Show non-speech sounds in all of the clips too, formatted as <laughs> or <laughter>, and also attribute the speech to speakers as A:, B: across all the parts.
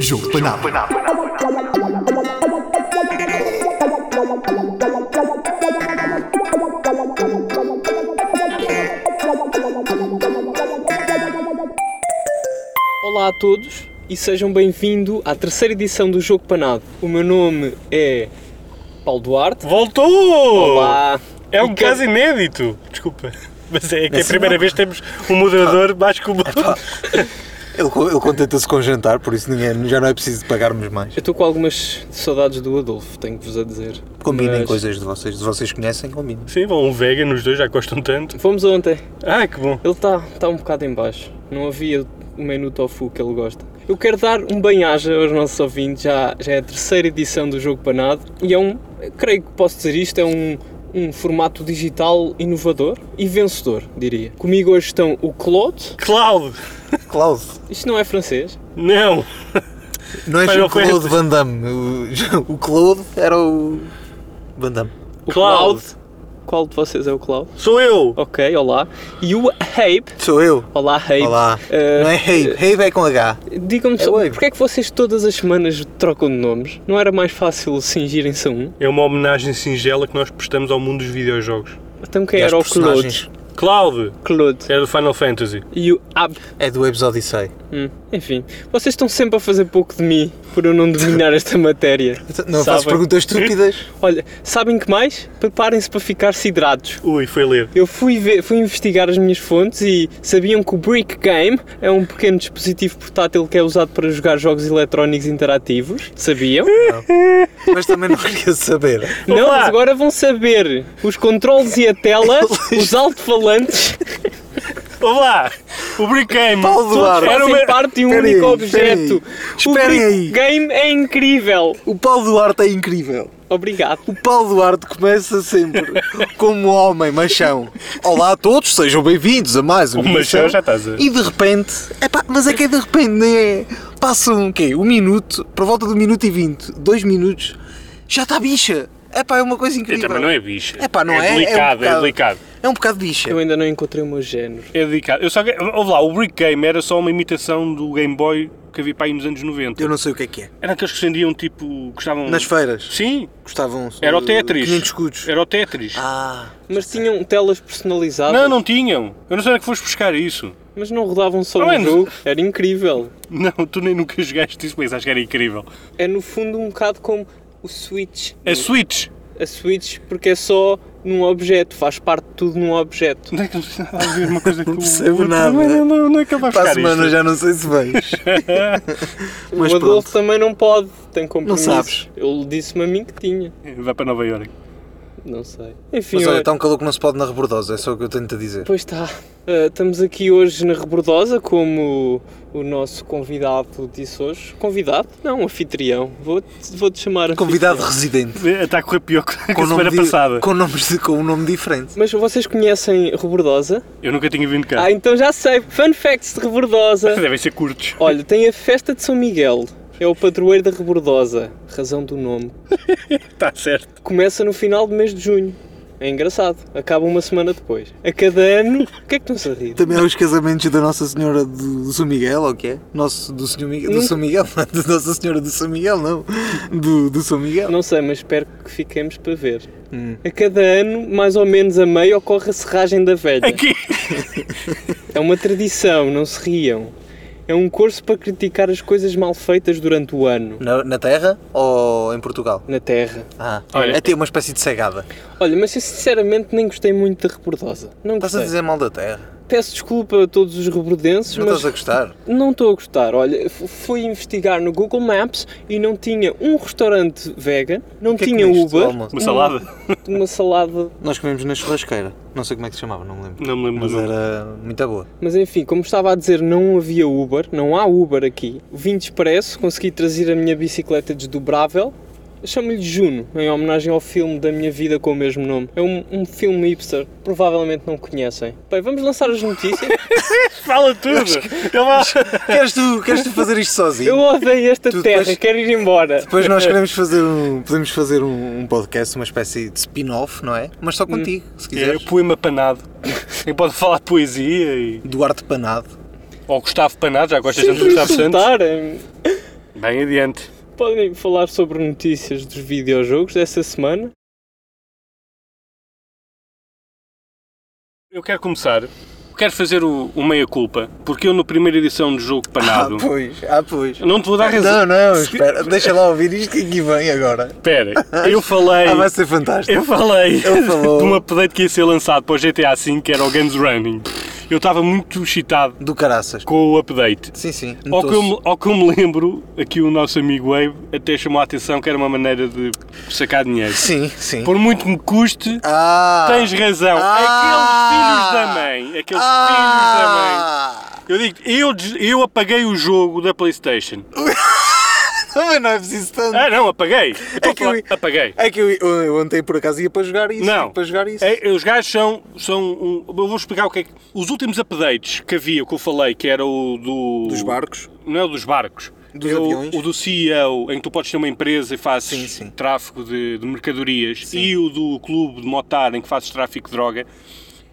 A: Jogo Panapa.
B: Olá a todos e sejam bem-vindos à terceira edição do Jogo Panado. O meu nome é Paulo Duarte.
C: Voltou!
B: Olá!
C: É um
B: E quem-
C: caso inédito. Desculpa. Mas é que é a primeira vez que temos um
D: Ah.
C: moderador mais que o
D: Ele, co- ele contenta-se com jantar, por isso ninguém, já não é preciso pagarmos mais.
B: Eu estou com algumas saudades do Adolfo, tenho que vos a dizer.
D: Combinem
B: Mas
D: coisas de vocês, de vocês conhecem, combinem.
C: Sim, vão um vegan, os dois já gostam tanto.
B: Fomos ontem.
C: Ah, que bom.
B: Ele está tá um bocado em baixo. Não havia o menu tofu que ele gosta. Eu quero dar um bem-aja aos nossos ouvintes. Já, já é a terceira edição do Jogo Panado. E é um, creio que posso dizer isto, é um, um formato digital inovador e vencedor, diria. Comigo hoje estão o Claude.
C: Cloud!
D: Claude,
B: Isto não é francês?
C: Não!
D: não
C: Mas
D: és
C: não
D: o Claude Van Damme. O, o Claude era o Van Damme.
B: O
C: Claude.
B: Qual de vocês é o Claude?
C: Sou eu!
B: Ok, olá. E o Abe.
D: Sou eu.
B: Olá, Abe.
D: Olá.
B: Eh,
D: não é Rabe, Rabe é com H.
B: Digam-me
D: É
B: só,
D: o Abe.
B: porquê é que vocês todas as semanas trocam de nomes? Não era mais fácil cingirem-se a um?
C: É uma homenagem singela que nós prestamos ao mundo dos videojogos.
B: Então quem
D: E aos
B: era o
D: personagens.
B: Claude?
C: Cloud!
B: Claude
C: Era do Final Fantasy.
B: e o Ab.
D: É do Waves Odyssey.
B: Hum, Enfim, vocês estão sempre a fazer pouco de mim por eu
D: <laughs>
B: não dominar esta matéria.
D: Não faço
B: Sabem.
D: perguntas estúpidas.
B: Olha, sabem que mais? Preparem-se para ficar cidrados.
C: Ui, foi ler.
B: Eu fui, ver, fui investigar as minhas fontes e sabiam que o Brick Game é um pequeno dispositivo portátil que é usado para jogar jogos eletrónicos interativos. Sabiam?
D: Mas também não queria saber.
B: Não,
C: Olá.
B: mas agora vão saber os controles e
D: <laughs>
B: a tela, os alto-falantes,
C: Olá! O Brick Game!
D: Paulo Duarte. é
C: Era
B: fazem
C: uma...
B: parte de um
D: Espera aí,
B: único
D: espera aí.
B: objeto. O
D: Esperem aí.
B: Brick Game é incrível.
D: O Paulo Duarte é incrível.
B: Obrigado.
D: O Paulo Duarte começa sempre como homem machão. Olá a todos, sejam bem-vindos a mais um
C: O machão já estás a...
D: E de repente, epá, mas é que é de repente, nem é? Passa um quê? Um minuto, por volta do minuto e vinte, dois minutos, já está bicha. Epá, é uma coisa
C: E
D: incrível.
C: também não é bicha.
D: Epá, não é? É um
C: delicado, é
D: bocado.
C: delicado.
D: É um bocado bicha.
B: Eu ainda não encontrei o meu género.
C: É dedicado. Eu só que... Ouve lá, o Brick Game era só uma imitação do Game Boy que havia para aí nos anos 90.
D: Eu não sei o que é que é.
C: Era aqueles que vendiam tipo. gostavam.
D: Nas feiras,
C: Sim,
D: custavam
C: era o
D: eh,
C: Tetris.
D: 500 escudos.
C: Era o Tetris.
D: Ah,
B: Mas tinham telas personalizadas,
C: não, não tinham. Eu não sei onde é que foste buscar isso. <laughs>
B: mas não rodavam só
C: Não
B: no
C: é-
B: jogo. Era incrível.
C: Não, tu nem nunca jogaste isso, mas acho que era incrível.
B: É no fundo um bocado como o Switch.
C: A Switch.
B: A Switch, porque é só num objeto, faz parte de tudo num objeto.
C: Não é que não tem nada a ver uma
D: <laughs>
C: coisa com
D: Não percebo
C: outra.
D: nada.
C: Não, é- não, não é que eu vá
D: para a
C: buscar
D: semana
C: isto.
D: já não sei se vais. Mas
B: o Adolfo também não pode, tem compromisso.
D: sabes.
B: Ele disse-me a mim que tinha.
C: Vai para Nova Iorque.
B: Não sei. Enfim,
D: Mas
B: olha,
D: olha, está um calor que não se pode na rebordosa, é só o que eu tento a dizer.
B: pois está. Ah, estamos aqui hoje na Rebordosa, como o nosso convidado disse hoje. Convidado? Não, anfitrião. Vou-te vou -te chamar
D: Convidado
B: anfitrião.
D: residente.
C: Está a correr pior que a
D: nome
C: semana
D: di-
C: passada.
D: com, nomes de- com um nome diferente.
B: Mas vocês conhecem Rebordosa?
C: Eu nunca tinha vindo cá.
B: Ah, então já sei. Fun facts de
D: <laughs>
B: Rebordosa.
C: Devem ser curtos.
B: Olha, tem a festa de São Miguel. É o padroeiro da Rebordosa. Razão do nome.
D: Oh, tá
C: Está certo.
B: Começa no final do mês de junho. É engraçado. Acaba uma semana depois. A cada ano... O que é que estão se a rir?
D: Também há os casamentos da Nossa Senhora do, do São Miguel, ou o que é? Nosso, do, Senhor Miguel, do
C: Hum?
B: Nunca-
D: São Miguel, <laughs> não, da Nossa Senhora do São Miguel, não. Do, do São Miguel.
B: Não sei, mas espero que fiquemos para ver.
D: Hum.
B: A cada ano, mais ou menos a meio, ocorre a serragem da velha.
C: Aqui.
B: É uma tradição, não se riam. É um curso para criticar as coisas mal feitas durante o ano.
D: Na, na Terra ou em Portugal?
B: Na terra.
D: Ah,
C: Olha-
D: é ter uma espécie de cegada.
B: Olha, mas eu sinceramente nem gostei muito da rebordosa. Não
D: Estás a
B: gostei.
D: dizer mal da Terra?
B: Peço desculpa a todos os rebordenses,
D: Não
B: mas
D: estás a gostar?
B: não estou a gostar. Olha, f- fui investigar no Google Maps e não tinha um restaurante vegan, não
D: O que é que
B: tinha
D: comeste ao
B: Uber,
D: almoço?
C: Uma salada.
B: uma salada
D: Nós comemos na churrasqueira. Não sei como é que se chamava, não me lembro.
C: Não me lembro
D: Mas
C: do nome.
D: era muito boa.
B: Mas enfim, como estava a dizer, não havia Uber, não há Uber aqui. Vim de expresso, consegui trazer a minha bicicleta desdobrável. Eu Chamo-lhe Juno, em homenagem ao filme da minha vida com o mesmo nome. É um, um filme hipster, provavelmente não conhecem. Bem, vamos lançar as notícias.
C: Fala tudo! Ele vai- É,
D: Queres tu, queres tu fazer isto sozinho?
B: Eu odeio esta
D: Tu
B: terra,
D: depois-
B: quero ir embora.
D: Depois nós queremos fazer um. Podemos fazer um, um podcast, uma espécie de spin-off, não é? Mas só contigo, se
C: É
D: quiseres.
C: o poema Panado. Quem pode falar de poesia e.
D: Duarte Panado.
C: Ou Gustavo Panado, já gostas
B: Sempre
C: tanto do Gustavo Santos?
B: insultar.
C: Bem adiante.
B: Podem falar sobre notícias dos videojogos dessa semana?
C: Eu quero começar. Quero fazer o, o meia-culpa, porque eu, na primeira edição do jogo
D: Ah,
C: Panado,
D: pois, ah, pois.
C: não te vou dar razão.
D: Não, não, espera, deixa lá ouvir isto que aqui vem agora.
C: Espera, eu falei.
D: Ah, vai ser fantástico.
C: Eu falei
D: Ele falou.
C: de um update que ia ser lançado para o GTA V, que era o Guns Running. Eu estava muito excitado
D: Do caraças.
C: com o update.
D: Sim, sim.
C: Ao que, eu,
D: notou-se.
C: me- ao que eu me lembro, aqui o nosso amigo Wave até chamou a atenção que era uma maneira de sacar dinheiro.
D: Sim, sim.
C: Por muito que me custe,
D: Ah!
C: tens razão.
D: Ah.
C: Aqueles filhos da mãe. Aqueles
D: ah.
C: filhos da mãe. Eu digo, eu, des- eu apaguei o jogo da Playstation.
D: Também não é preciso tanto.
C: Ah não, apaguei. Eu tô a
D: que
C: falar-
D: eu-
C: Apaguei.
D: É que eu, eu ontem por acaso ia para jogar isso.
C: Não.
D: Para jogar isso.
C: É, os gajos são. são um- eu vou explicar o que é que. Os últimos updates que havia, que eu falei, que era o do.
D: Dos barcos.
C: Não é o dos barcos.
D: Dos
C: É o-
D: aviões.
C: O do CEO, em que tu podes ter uma empresa e fazes
D: Sim, sim.
C: tráfico de, de mercadorias. E o do clube de motar, em que fazes tráfico de droga.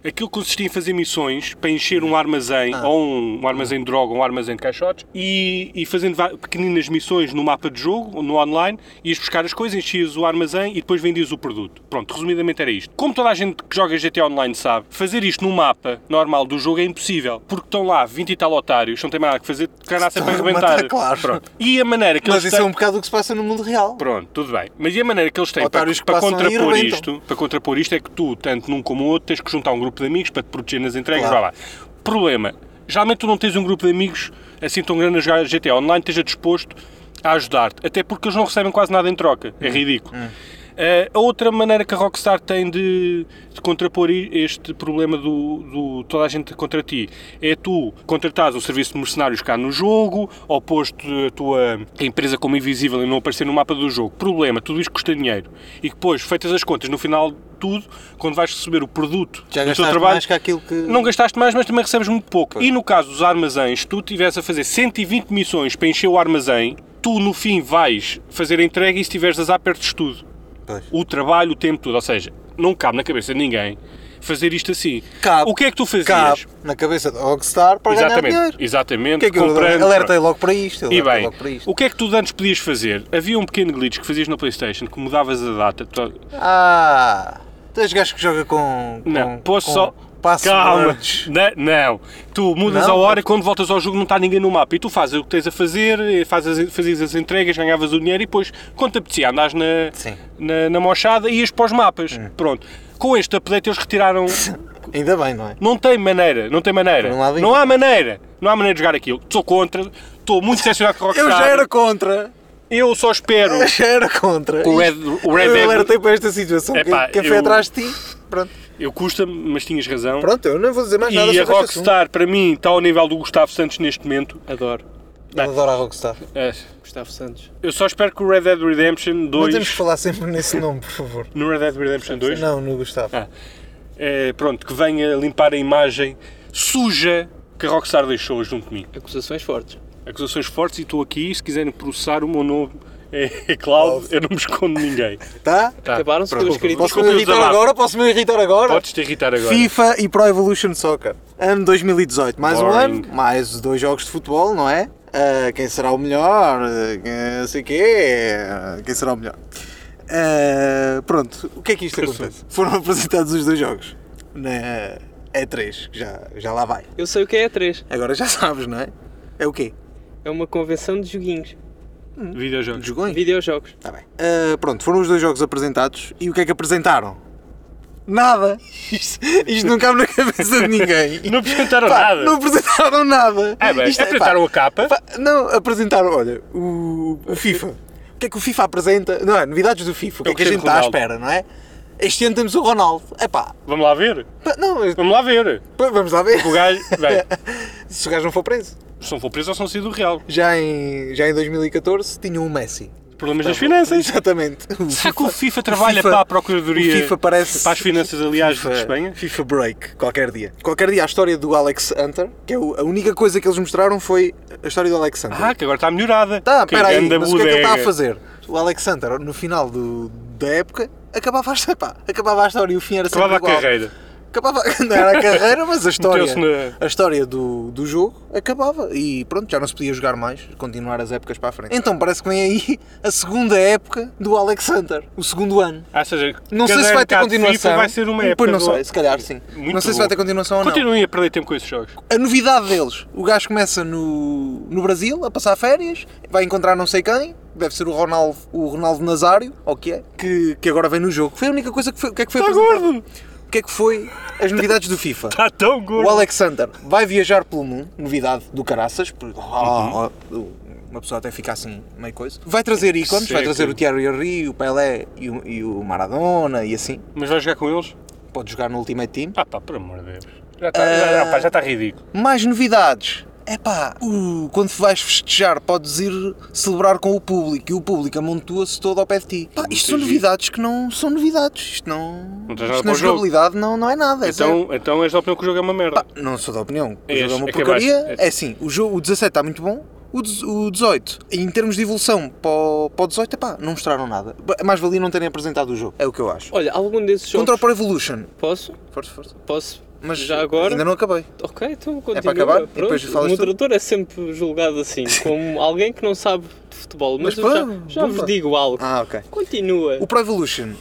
C: Aquilo consistia em fazer missões para encher um armazém,
D: Ah.
C: ou um, um armazém de droga, ou um armazém de caixotes, e, e fazendo va- pequeninas missões no mapa de jogo, no online, ias buscar as coisas, enchias o armazém e depois vendias o produto. Pronto, resumidamente era isto. Como toda a gente que joga GTA Online sabe, fazer isto num mapa normal do jogo é impossível, porque estão lá 20 e tal otários, não tem mais nada que fazer, caraça
D: Estão a
C: para arrebentar.
D: matar, é claro.
C: Pronto. E a maneira que
D: Mas
C: eles
D: isso é
C: têm...
D: um bocado o que se passa no mundo real.
C: Pronto, tudo bem. Mas e a maneira que eles têm para,
D: Otários que
C: para
D: passam aí e
C: contrapor
D: rebentam.
C: isto, para contrapor isto é que tu, tanto num como o outro, tens que juntar um grupo de amigos para te proteger nas entregas,
D: Claro.
C: vá lá. Problema. Geralmente tu não tens um grupo de amigos assim tão grande a jogar GTA Online, esteja disposto a ajudar-te. Até porque eles não recebem quase nada em troca.
D: Hum.
C: É ridículo. Eh, a outra maneira que a Rockstar tem de, de contrapor i- este problema do, do toda a gente contra ti é tu contratares um serviço de mercenários cá no jogo ou posto a tua empresa como invisível e não aparecer no mapa do jogo. Problema, tudo isto custa dinheiro e que depois, feitas as contas, no final de tudo, quando vais receber o produto
D: Já
C: do teu
D: gastaste
C: trabalho,
D: mais que aquilo que.
C: não gastaste mais, mas também recebes muito pouco. E no caso dos armazéns, se tu tivesse a fazer 120 missões para encher o armazém, tu no fim vais fazer a entrega e se tiveres azar perdes tudo.
D: Pois.
C: O trabalho, o tempo, tudo. Ou seja, não cabe na cabeça de ninguém fazer isto assim.
D: Cabe.
C: o que é que tu fazias?
D: cabe na cabeça da Rockstar para ganhar dinheiro.
C: Exatamente,
D: O que
C: exatamente,
D: é que eu
C: comprando.
D: alertei logo para isto?
C: E
D: alertei
C: bem,
D: logo para isto.
C: o que é que tu antes podias fazer? Havia um pequeno glitch que fazias na Playstation, que mudavas a data, tu-
D: Ah! Tu és gajo que joga com. com
C: Não, posso
D: com
C: só. Calma!
D: Passwords.
C: Na- Não, Tu mudas
D: Não?
C: a hora e quando voltas ao jogo não está ninguém no mapa. E tu fazes o que tens a fazer, eh, fazes, as- fazias as entregas, ganhavas o dinheiro e depois, quando te apetecia, andas na,
D: Sim. Hum.
C: na, na mochada e ias para os mapas. Pronto. Com este update
D: <laughs>
C: eles retiraram.
D: Ainda bem, não é?
C: não tem maneira, não tem maneira.
D: Não há link.
C: maneira. Não há maneira de jogar aquilo. Sou contra, estou muito decepcionado com o
D: Eu
C: Rockstar.
D: já era contra.
C: Eu só espero.
D: Eu já era contra.
C: O Red- o Red
D: eu
C: Dead-
D: alertei para esta situação.
C: Epá,
D: que café
C: eu-
D: atrás de ti. Pronto.
C: Eu custa-me, mas tinhas razão.
D: Pronto, eu não vou dizer mais nada
C: E a
D: sobre este assunto.
C: Rockstar, para mim, está ao nível do Gustavo Santos neste momento.
B: Adoro.
D: Eu adoro a Rockstar.
C: É.
B: Gustavo Santos.
C: Eu só espero que o Red Dead Redemption
D: Não temos que
C: 2.
D: falar sempre nesse nome, por favor.
C: No Red Dead Redemption 2,
D: Não, no Gustavo.
C: Ah. é, pronto, que venha limpar a imagem suja que a Rockstar deixou junto de mim.
B: Acusações fortes.
C: Acusações fortes e estou aqui. Se quiserem processar o meu nome <laughs> é, é Cláudio, eu não me escondo de ninguém.
D: Tá?
C: Tá,
B: Acabaram-se
C: pronto.
B: todas as críticas.
D: Posso
C: Desculpa,
D: me
C: eu
D: irritar
C: desabafo.
D: agora? Posso me irritar agora?
C: Podes-te irritar agora.
D: FIFA e Pro Evolution Soccer. Ano 2018, mais um
C: Boring.
D: ano, mais dois jogos de futebol, não é? Ah, quem será o melhor? Ah, quem- não sei quê. Ah, Quem será o melhor? Ah, pronto, o que é que isto acontece? Foram apresentados os dois jogos na E3, que já, já lá vai.
B: Eu sei o que é a 3.
D: Agora já <laughs> sabes, não é? É o quê?
B: É uma convenção de joguinhos.
C: Videojogos.
D: Jogões?
B: Videojogos.
D: Tá bem. Ah, pronto, foram os dois jogos apresentados e o que é que apresentaram? Nada! <laughs> Isto, isto não cabe na cabeça de ninguém.
C: Não apresentaram
D: Pá,
C: nada.
D: Não apresentaram nada.
C: É bem,
D: Isto é,
C: apresentaram
D: pá,
C: a capa.
D: pá, não, apresentaram, olha, o, o FIFA. O que é que o FIFA apresenta? Não é? Novidades do FIFA. O que
C: É o
D: é que a gente
C: Cristiano
D: está à
C: Ronaldo.
D: espera, não é? Este ano temos o Ronaldo. É pá,
C: Vamos lá ver.
D: pá, não, mas-
C: Vamos lá ver.
D: pá, vamos lá ver.
C: O gajo. Bem,
D: <laughs> Se o gajo não for preso.
C: se não for preso, ou se não sair do real.
D: Já em, já em 2014 tinha um Messi.
C: Problemas das finanças.
D: Exatamente. O
C: Será que o FIFA trabalha
D: trabalha
C: para
D: para
C: a Procuradoria
D: o FIFA parece-
C: para as finanças, aliás,
D: FIFA,
C: de Espanha?
D: FIFA Break, qualquer dia. Qualquer dia a história do Alex Hunter, que é o- a única coisa que eles mostraram foi a história do Alex Hunter.
C: Ah, que agora está melhorada.
D: Tá,
C: Que
D: pera aí,
C: grande
D: mas o que é que ele
C: bodega.
D: está a fazer? O Alexander, no final do- da época, acabava a, epá, acabava a história e o fim era sempre
C: Acabava a
D: igual.
C: carreira.
D: acabava. <laughs> Não era a carreira, mas a história.
C: Meteu-se na-
D: A história do, do jogo acabava e pronto, já não se podia jogar mais, continuar as épocas para a frente. Então parece que vem aí a segunda época do Alex Hunter, o segundo ano.
C: Ah, ou seja,
D: Não sei
C: cada
D: se vai ter
C: época de
D: continuação. Hum,
C: FIFA vai ser uma
D: Pois
C: época.
D: não
C: do-
D: sei, se calhar sim.
C: Muito
D: não sei se vai ter continuação ou não. Tá
C: Continuem a perder tempo com esses jogos.
D: A novidade deles, o gajo começa no, no Brasil a passar férias, vai encontrar não sei quem, deve ser o Ronaldo, o Ronaldo Nazário, ou o que é, que, que agora vem no jogo. Foi a única coisa que foi. O que é que foi
C: Está
D: apresentado?
C: Tá gordo!
D: O que é que foi as novidades do FIFA?
C: Está Tá tão gordo!
D: O Alexander vai viajar pelo mundo, novidade do caraças, porque oh,
C: Uhum.
D: oh, uma pessoa até fica assim meio coisa. Vai trazer ícones, vai
C: Seco.
D: trazer o Thierry Henry, o Pelé e o, e o Maradona e assim.
C: Mas vai jogar com eles?
D: Pode jogar no Ultimate Team.
C: Ah pá, por amor de Deus. Já está já-
D: Ah,
C: já- pá, já está ridículo.
D: Mais novidades. É pá, o- quando vais festejar, podes ir celebrar com o público e o público amontoa-se todo ao pé de ti. Pá, isto são
C: giro.
D: novidades que não são novidades. Isto não.
C: Não tens nada
D: isto
C: para
D: na
C: o jogo.
D: jogabilidade não, não é nada. É zero.
C: Então, então és da opinião que o jogo é uma merda.
D: Pá, não sou da opinião. O
C: É
D: jogo
C: este,
D: é uma
C: é que é baixo,
D: porcaria.
C: é este.
D: É assim, o, jogo, o 17 está muito bom. O, dez- o 18, em termos de evolução para o, para o 18, epá, não mostraram nada. é Mais valia não terem apresentado o jogo. É o que eu acho.
B: Olha, algum desses jogos.
D: Contra o Pro Evolution.
B: Posso?
D: Força, força.
B: Posso?
D: Mas
B: já agora.
D: Ainda não acabei.
B: Ok, então continua.
D: É para acabar? E
B: Pronto,
D: depois falas
B: o
D: tu?
B: moderador é sempre julgado assim, como alguém que não sabe de futebol. Mas,
D: Mas
B: eu já,
D: pá,
B: já
D: vamos
B: vos
D: lá.
B: digo algo.
D: Ah, ok.
B: Continua.
D: O Pro Evolution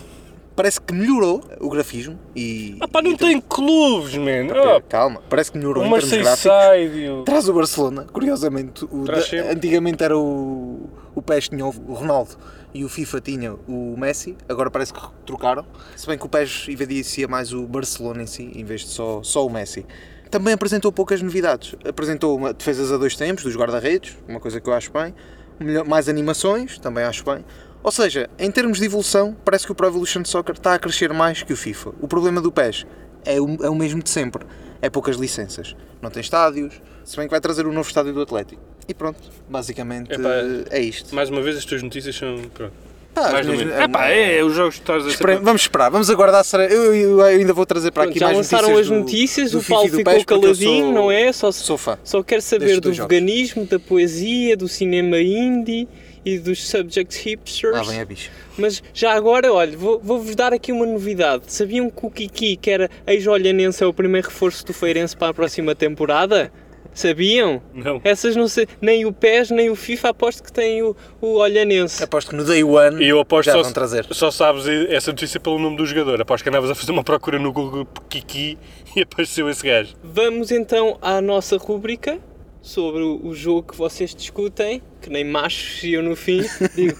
D: parece que melhorou o grafismo e.
C: Ah pá, não
D: e-
C: tem clubes, man.
D: Pera, um
C: Ah,
D: Calma, parece que melhorou
C: o
D: em termos gráficos.
C: Marseille.
D: Traz o Barcelona, curiosamente. O
C: Traz
D: da-
C: sempre.
D: antigamente era o. O PES tinha o Ronaldo e o FIFA tinha o Messi, agora parece que trocaram. Se bem que o PES evidencia mais o Barcelona em si, em vez de só, só o Messi. Também apresentou poucas novidades. Apresentou uma, defesas a dois tempos, dos guarda-redes, uma coisa que eu acho bem. Melhor- mais animações, também acho bem. Ou seja, em termos de evolução, parece que o Pro Evolution Soccer está a crescer mais que o FIFA. O problema do PES é o, é o mesmo de sempre. É poucas licenças. Não tem estádios, se bem que vai trazer o novo estádio do Atlético. E pronto, basicamente
C: Epá,
D: é isto.
C: Mais uma vez as tuas notícias são. Pronto.
D: Pá,
C: Mais ou
D: mesmo-
C: menos.
D: é
C: Ah pá,
D: uma-
C: é, os jogos que estás a
D: Espera- vamos esperar, vamos aguardar. a sere- Eu, eu- eu ainda vou trazer para
B: Pronto,
D: aqui
B: já
D: mais
B: lançaram
D: notícias.
B: as
D: do-
B: notícias,
D: do
B: o
D: FIFA e
B: Paulo
D: do
B: ficou
D: PES, porque eu
B: caladinho,
D: sou-
B: não é? Só, se-
D: Sou fã.
B: só quer saber
D: destes
B: do
D: dois jogos.
B: veganismo, da poesia, do cinema indie e dos subject hipsters.
D: Lá vem a bicha.
B: Mas já agora, olha, vou- vou-vos dar aqui uma novidade. Sabiam que o Kiki, que era ex-olhanense, é o primeiro reforço do Feirense para a próxima temporada? Sabiam?
C: Não.
B: Essas não sei, nem o PES, nem o FIFA, aposto que tem o, o olhanense.
D: Aposto que no Day One
C: E eu aposto
D: já
C: só,
D: vão trazer.
C: só sabes essa notícia pelo nome do jogador. Aposto que andavas a fazer uma procura no Google por Kiki <laughs> e apareceu esse gajo.
B: Vamos então à nossa rúbrica sobre o, o jogo que vocês discutem, que nem machos e eu no fim <laughs> digo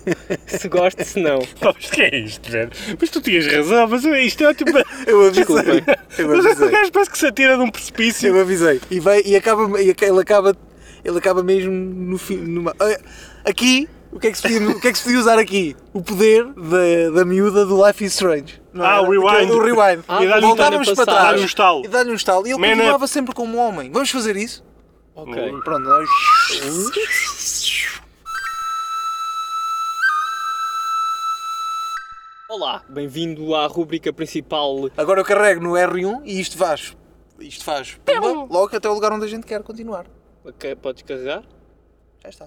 B: se gosto, se não.
C: Pá, mas o que é isto, velho? Mas tu tinhas razão, mas isto é
D: <laughs>
C: ótimo.
D: Eu avisei. Eu
C: Mas o
D: <laughs> avisei.
C: gajo parece que se atira de um
D: <laughs>
C: precipício.
D: Eu avisei. E, vai, e, acaba, e aca- ele acaba. Ele acaba mesmo no fim. Numa, Ah, aqui, o que, é que se podia, o que é que se podia usar aqui? O poder da, da miúda do Life is Strange. Não
C: Ah,
D: era?
C: o rewind.
D: Aquele- O rewind.
B: Ah,
C: E dá-lhe um
D: Voltávamos
B: tapa
D: para trás.
B: passado.
C: Dá-lhe um estalo.
D: E dá-lhe um estalo. E ele
C: Man up.
D: continuava sempre como um homem. Vamos fazer isso?
B: Ok.
C: Ui.
D: Pronto. nós-
B: Olá, bem-vindo à rúbrica principal
D: Agora eu carrego no R1 e isto faz. Isto faz. pumba, logo até o lugar onde a gente quer continuar.
B: Ok, podes carregar?
D: Já está.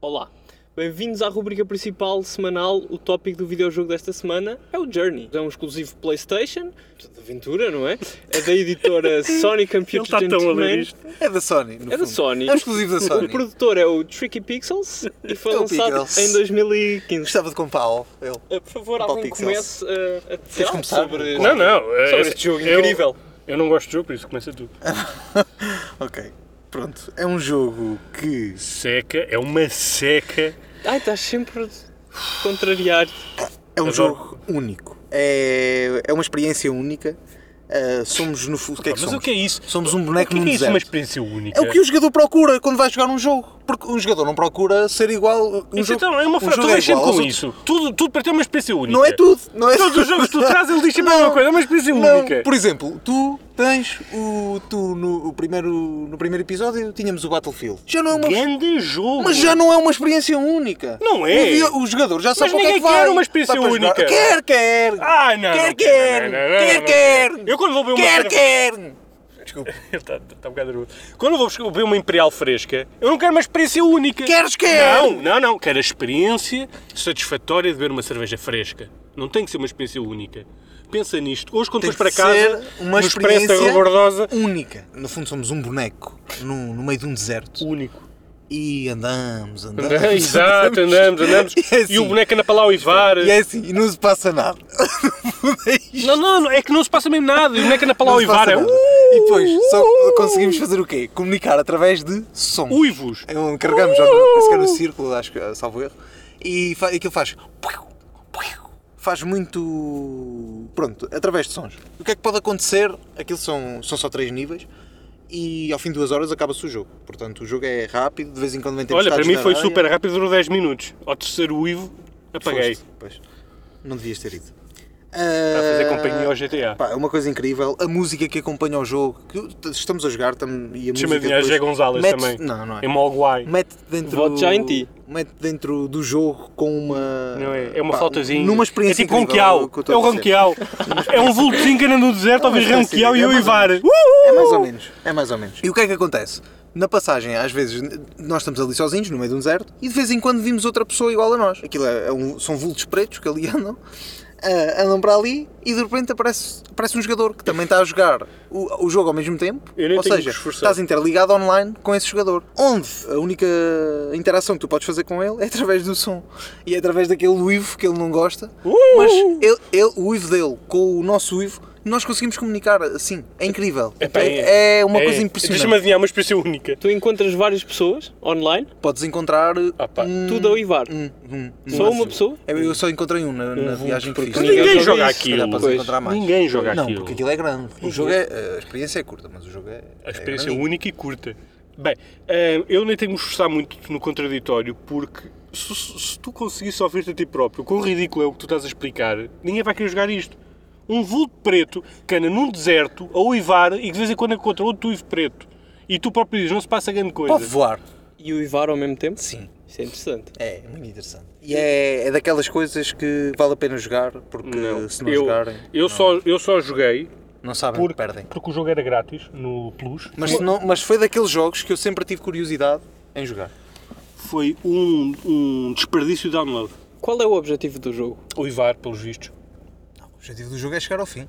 B: Olá, bem-vindos à rubrica principal semanal. O tópico do videojogo desta semana é o Journey. É um exclusivo PlayStation, de aventura, não é? É da
C: <laughs>
B: editora Sony
C: Ele
B: Computer
C: está tão a ler
B: Entertainment.
C: isto.
D: É da Sony. no
B: É da
D: fundo.
B: Sony.
D: É um <laughs> exclusivo da
B: O
D: Sony.
B: produtor é o Tricky Pixels e foi
D: É o
B: lançado
D: Pixels.
B: em 2015.
D: Gostava de comprar o- ele.
B: Uh, Por favor,
D: Pau
B: alguém
D: Pixels.
B: comece uh, a dizer algo
D: começar?
B: sobre,
C: Não, não. é-
B: sobre este jogo
C: eu-
B: incrível.
C: Eu não gosto de jogo, por isso começa tu.
D: Ok. Pronto. É um jogo que.
C: Seca, é uma seca.
B: Ai, estás sempre a contrariar-te.
D: É um
C: Adoro.
D: jogo único. É, é uma experiência única. Ah, somos no fundo. O que é que
C: mas
D: somos?
C: o que é isso?
D: Somos um
C: O
D: boneco
C: que é
D: num
C: que é isso? Uma
D: deserto.
C: experiência única.
D: É o que o jogador procura quando vai jogar um jogo. Porque um jogador não procura ser igual. Um
C: Isso
D: jogo,
C: então é uma
D: um
C: frase.
D: jogo
C: tu
D: é
C: vais sempre
D: igual aos
C: com
D: outros.
C: isso. Tudo, tudo para ter uma experiência única.
D: Não é tudo. Não é
C: Todos os jogos que tu trazes,
D: <laughs>
C: ele diz sempre a
D: Não.
C: mesma coisa. É uma experiência
D: Não,
C: única.
D: por exemplo, tu tens o. Tu no, o primeiro, no primeiro episódio tínhamos o Battlefield. Já não é uma.
C: Grande jogo.
D: Mas já não é uma experiência única.
C: Não é.
D: O vi- O, jogador já sabe
C: Mas
D: para o que é
C: ninguém
D: que vai.
C: quer uma experiência
D: Vai para jogar.
C: única.
D: Quer, quer.
C: Ah, não.
D: Quer,
C: não,
D: quer.
C: não, não, não,
D: Quer,
C: não.
D: quer.
C: Eu quando vou ver uma.
D: Quer,
C: cerve-
D: quer.
C: Desculpa, <laughs> está, está um bocado nervoso. Quando eu vou buscar- ver uma Imperial fresca, eu não quero uma experiência única.
D: Queres, quer.
C: Não, não, não. Quero a experiência satisfatória de beber uma cerveja fresca. Não tem que ser uma experiência única. Pensa nisto. Hoje, quando
D: Tem
C: fores para
D: que ser
C: casa,
D: uma
C: uma experiência
D: experiência-
C: gordosa,
D: Única. No fundo somos um boneco no, no meio de um deserto.
C: único.
D: E andamos, andamos.
C: Andamos, <laughs> Exato, andamos, andamos.
D: E <laughs> é assim.
C: E o boneco anda para lá o
D: <laughs>
C: Ivar.
D: E é assim, e não se passa nada.
C: Não, não, não, é que não se passa mesmo nada. E o boneco anda para lá
D: Não
C: o
D: se passa
C: Ivar. É
D: nada.
C: uh,
D: E depois só conseguimos fazer o quê? Comunicar através de som.
C: um uivos.
D: É onde carregamos, já não- penso que é
C: Uh!
D: no círculo, acho que ah, salvo erro. E fa- aquilo faz. Faz muito. Pronto, através de sons. O que é que pode acontecer? Aquilo são, são só três níveis e ao fim de duas horas acaba-se o jogo. Portanto, o jogo é rápido, de vez em quando vem
C: Olha, para
D: tempestades
C: mim
D: na
C: foi
D: areia.
C: super rápido, durou 10 minutos. Ao terceiro uivo, apaguei.
D: Foste, pois. Não devias ter ido.
C: Para fazer
D: Ah,
C: companhia ao GTA.
D: Pá, é uma coisa incrível, a música que acompanha o jogo, que t- estamos a jogar tam, e a
C: Chama
D: música
C: de José
D: depois
C: Gonzalez
D: mete-
C: também.
D: Não, não é.
C: Em Mogwai.
D: Mete-te dentro,
B: Voto já em ti.
D: mete dentro do jogo com uma.
C: Não é? É uma
D: pá,
C: faltazinha.
D: Numa experiência
C: É tipo
D: incrível,
C: ranqueal.
D: o que eu
C: É
D: estou
C: um
D: a dizer. <laughs>
C: ranqueal. É um vultozinho que anda no deserto a
D: É uma
C: ouvir
D: espécie-
C: ranqueal e
D: é
C: o
D: mais ou
C: Ivar.
D: menos.
C: Uh!
D: É mais ou menos. É mais ou menos. E o que é que acontece? Na passagem, às vezes, n- nós estamos ali sozinhos, no meio de um deserto, e de vez em quando vimos outra pessoa igual a nós. Aquilo é, é um- são vultos pretos que ali <laughs> andam, ah, andam para ali, e de repente aparece, aparece um jogador que também está a jogar o, o jogo ao mesmo tempo.
C: Eu nem
D: Ou
C: tenho
D: seja,
C: que esforçar.
D: estás interligado online com esse jogador. Onde a única interação que tu podes fazer com ele é através do som. E é através daquele uivo que ele não gosta, mas
C: Uh!
D: ele, ele- o uivo dele com o nosso uivo, nós conseguimos comunicar assim. É incrível.
C: Epá,
D: é, é uma coisa
C: Deixa-me
D: impressionante.
C: adivinhar, uma experiência única.
B: Tu encontras várias pessoas online,
D: Podes encontrar.
C: Ah, pá.
D: hum,
B: tudo ao Ivar.
D: hum, hum, hum.
B: Só uma pessoa?
D: Eu- Eu só encontrei um na, na viagem que fiz.
B: porque
C: Ninguém
B: Ninguém joga
C: joga
B: isso.
D: Se calhar
C: aquilo.
D: podes
B: Pois.
D: encontrar mais.
C: Ninguém joga
D: Não,
C: aquilo.
D: porque aquilo é grande. O jogo é. A experiência é curta, mas o jogo é.
C: A
D: é
C: experiência
D: grande.
C: única e curta. Bem, eh, eu nem tenho que me esforçar muito no contraditório, porque se, se tu conseguisse ouvir-te a ti próprio, quão ridículo é o que tu estás a explicar, ninguém vai querer jogar isto. Um vulto preto que anda num deserto a uivar e que de vez em quando encontra outro uivo preto. E tu próprio dizes, não se passa grande coisa.
D: Pode voar.
B: E o Ivar ao mesmo tempo?
D: Sim.
B: Isso é interessante.
D: É, muito interessante. E é, é daquelas coisas que vale a pena jogar, porque
C: Não,
D: se não
C: eu,
D: jogarem,
C: eu, Só, eu só joguei
D: não sabem,
C: por-
D: perdem.
C: porque o jogo era grátis no Plus.
D: Mas, se não- mas foi daqueles jogos que eu sempre tive curiosidade em jogar.
C: Foi um, um desperdício de download.
B: Qual é o objetivo do jogo?
C: Uivar, pelos vistos.
D: O objetivo do jogo é chegar ao fim.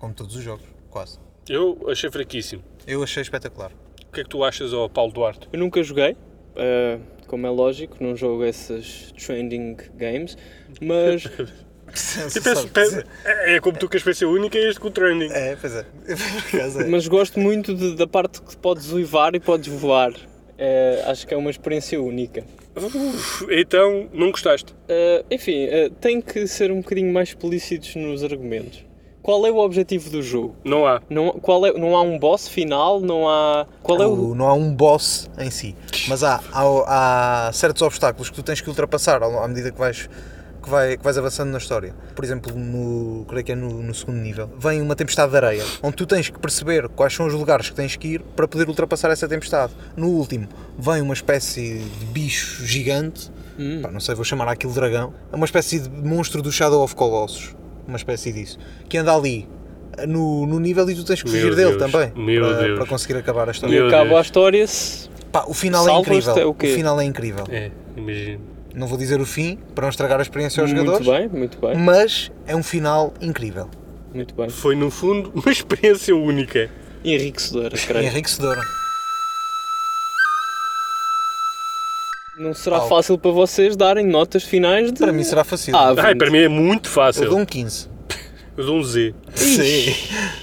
D: Como todos os jogos, quase.
C: Eu achei fraquíssimo.
D: Eu achei espetacular.
C: O que é que tu achas, ó Paulo Duarte?
B: Eu nunca joguei, eh, como é lógico, não jogo essas trending games,
C: <laughs>
B: mas
D: <laughs>
C: Tipo, é, super- é- é como tu que a experiência única é este com o trending.
D: É, pois é. <laughs> Por acaso é.
B: Mas gosto muito de- da parte que podes uivar e podes voar. É, acho que é uma experiência única.
C: Uf, então, não gostaste.
B: É, enfim, é, tem que ser um bocadinho mais explícitos nos argumentos. Qual é o objetivo do jogo?
C: Não há.
B: Não, qual é, não há um boss final? Não há. Qual é o.
D: O- não há um boss em si, mas há, há- há certos obstáculos que tu tens que ultrapassar ao- à medida que vais, que, vai- que vais avançando na história. Por exemplo, no, creio que é no, no segundo nível, vem uma tempestade de areia, onde tu tens que perceber quais são os lugares que tens que ir para poder ultrapassar essa tempestade. No último, vem uma espécie de bicho gigante,
B: Hum.
D: pá, não sei, vou chamar aquilo dragão, é uma espécie de monstro do Shadow of Colossus, uma espécie disso, que anda ali. No, no nível e tu tens que
C: Meu
D: fugir dele
C: Deus,
D: também
C: meu
D: para,
C: Deus.
D: para conseguir acabar a história.
B: E
C: Meu
B: acaba
C: Deus.
B: a história se.
D: Pá, o final é
B: Salvas-te
D: incrível.
B: é o
D: o,
B: quê?
D: final é incrível.
C: É, imagino.
D: Não vou dizer o fim para não estragar a experiência aos
B: Muito
D: jogadores,
B: bem, muito bem,
D: mas é um final incrível.
B: muito bem.
C: Foi, no fundo, <laughs> uma experiência única.
B: Enriquecedora,
D: E
B: creio.
D: enriquecedora.
B: Não será
D: Paulo.
B: fácil para vocês darem notas finais de.
D: Para mim será fácil.
B: Ah,
C: Ai, para mim é muito
D: Eu
C: fácil.
D: dou um 15.
C: Eu dou um Z.
D: Z.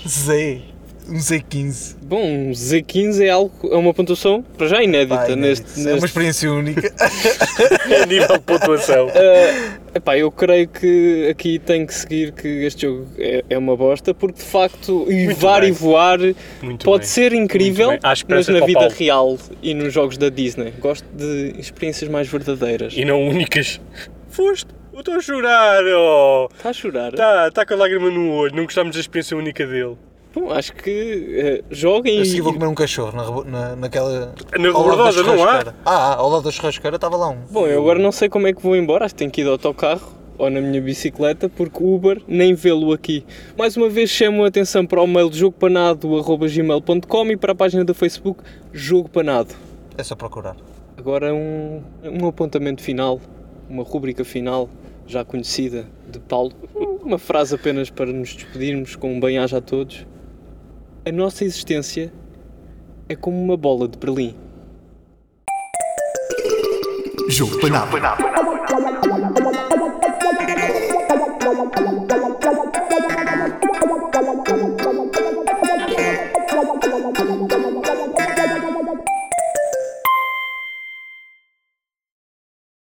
D: Z. Um Z15.
B: Bom, um Z15 é, algo, é uma pontuação para já inédita
D: Pá,
B: neste.
D: É uma
B: neste-
D: experiência única.
C: É A nível de pontuação.
B: Ah, epá, eu creio que aqui tem que seguir que este jogo é, é uma bosta, porque de facto ivar
C: bem.
B: e voar
C: Muito
B: pode
C: bem.
B: ser incrível,
C: bem. Há
B: mas
C: esperança
B: na
C: para o
B: vida
C: Paulo.
B: real e nos jogos da Disney. Gosto de experiências mais verdadeiras.
C: E não únicas. Foste. Eu estou a chorar, oh.
B: Está a chorar?
C: Está tá com a lágrima no olho. Não gostámos da experiência única dele.
B: Bom, acho que ah, joguem
D: Eu
B: e.
D: segui vou comer um cachorro na, rebo- na, naquela.
C: Na
D: ao lado da
C: rebordosa, não há?
D: churrasqueira. Ah, ah, ao lado da churrasqueira estava lá um.
B: Bom, eu agora não sei como é que vou embora, acho que tenho que ir de autocarro ou na minha bicicleta, porque o Uber nem vê-lo aqui. Mais uma vez chamo a atenção para o mail jogopanado.gmail.com e para a página do Facebook Jogo Panado.
D: É só procurar.
B: Agora um, um apontamento final, uma rúbrica final já conhecida de Paulo. Uma frase apenas para nos despedirmos com um bem-aja a todos. A nossa existência é como uma bola de Berlim.
A: Jogo Penal.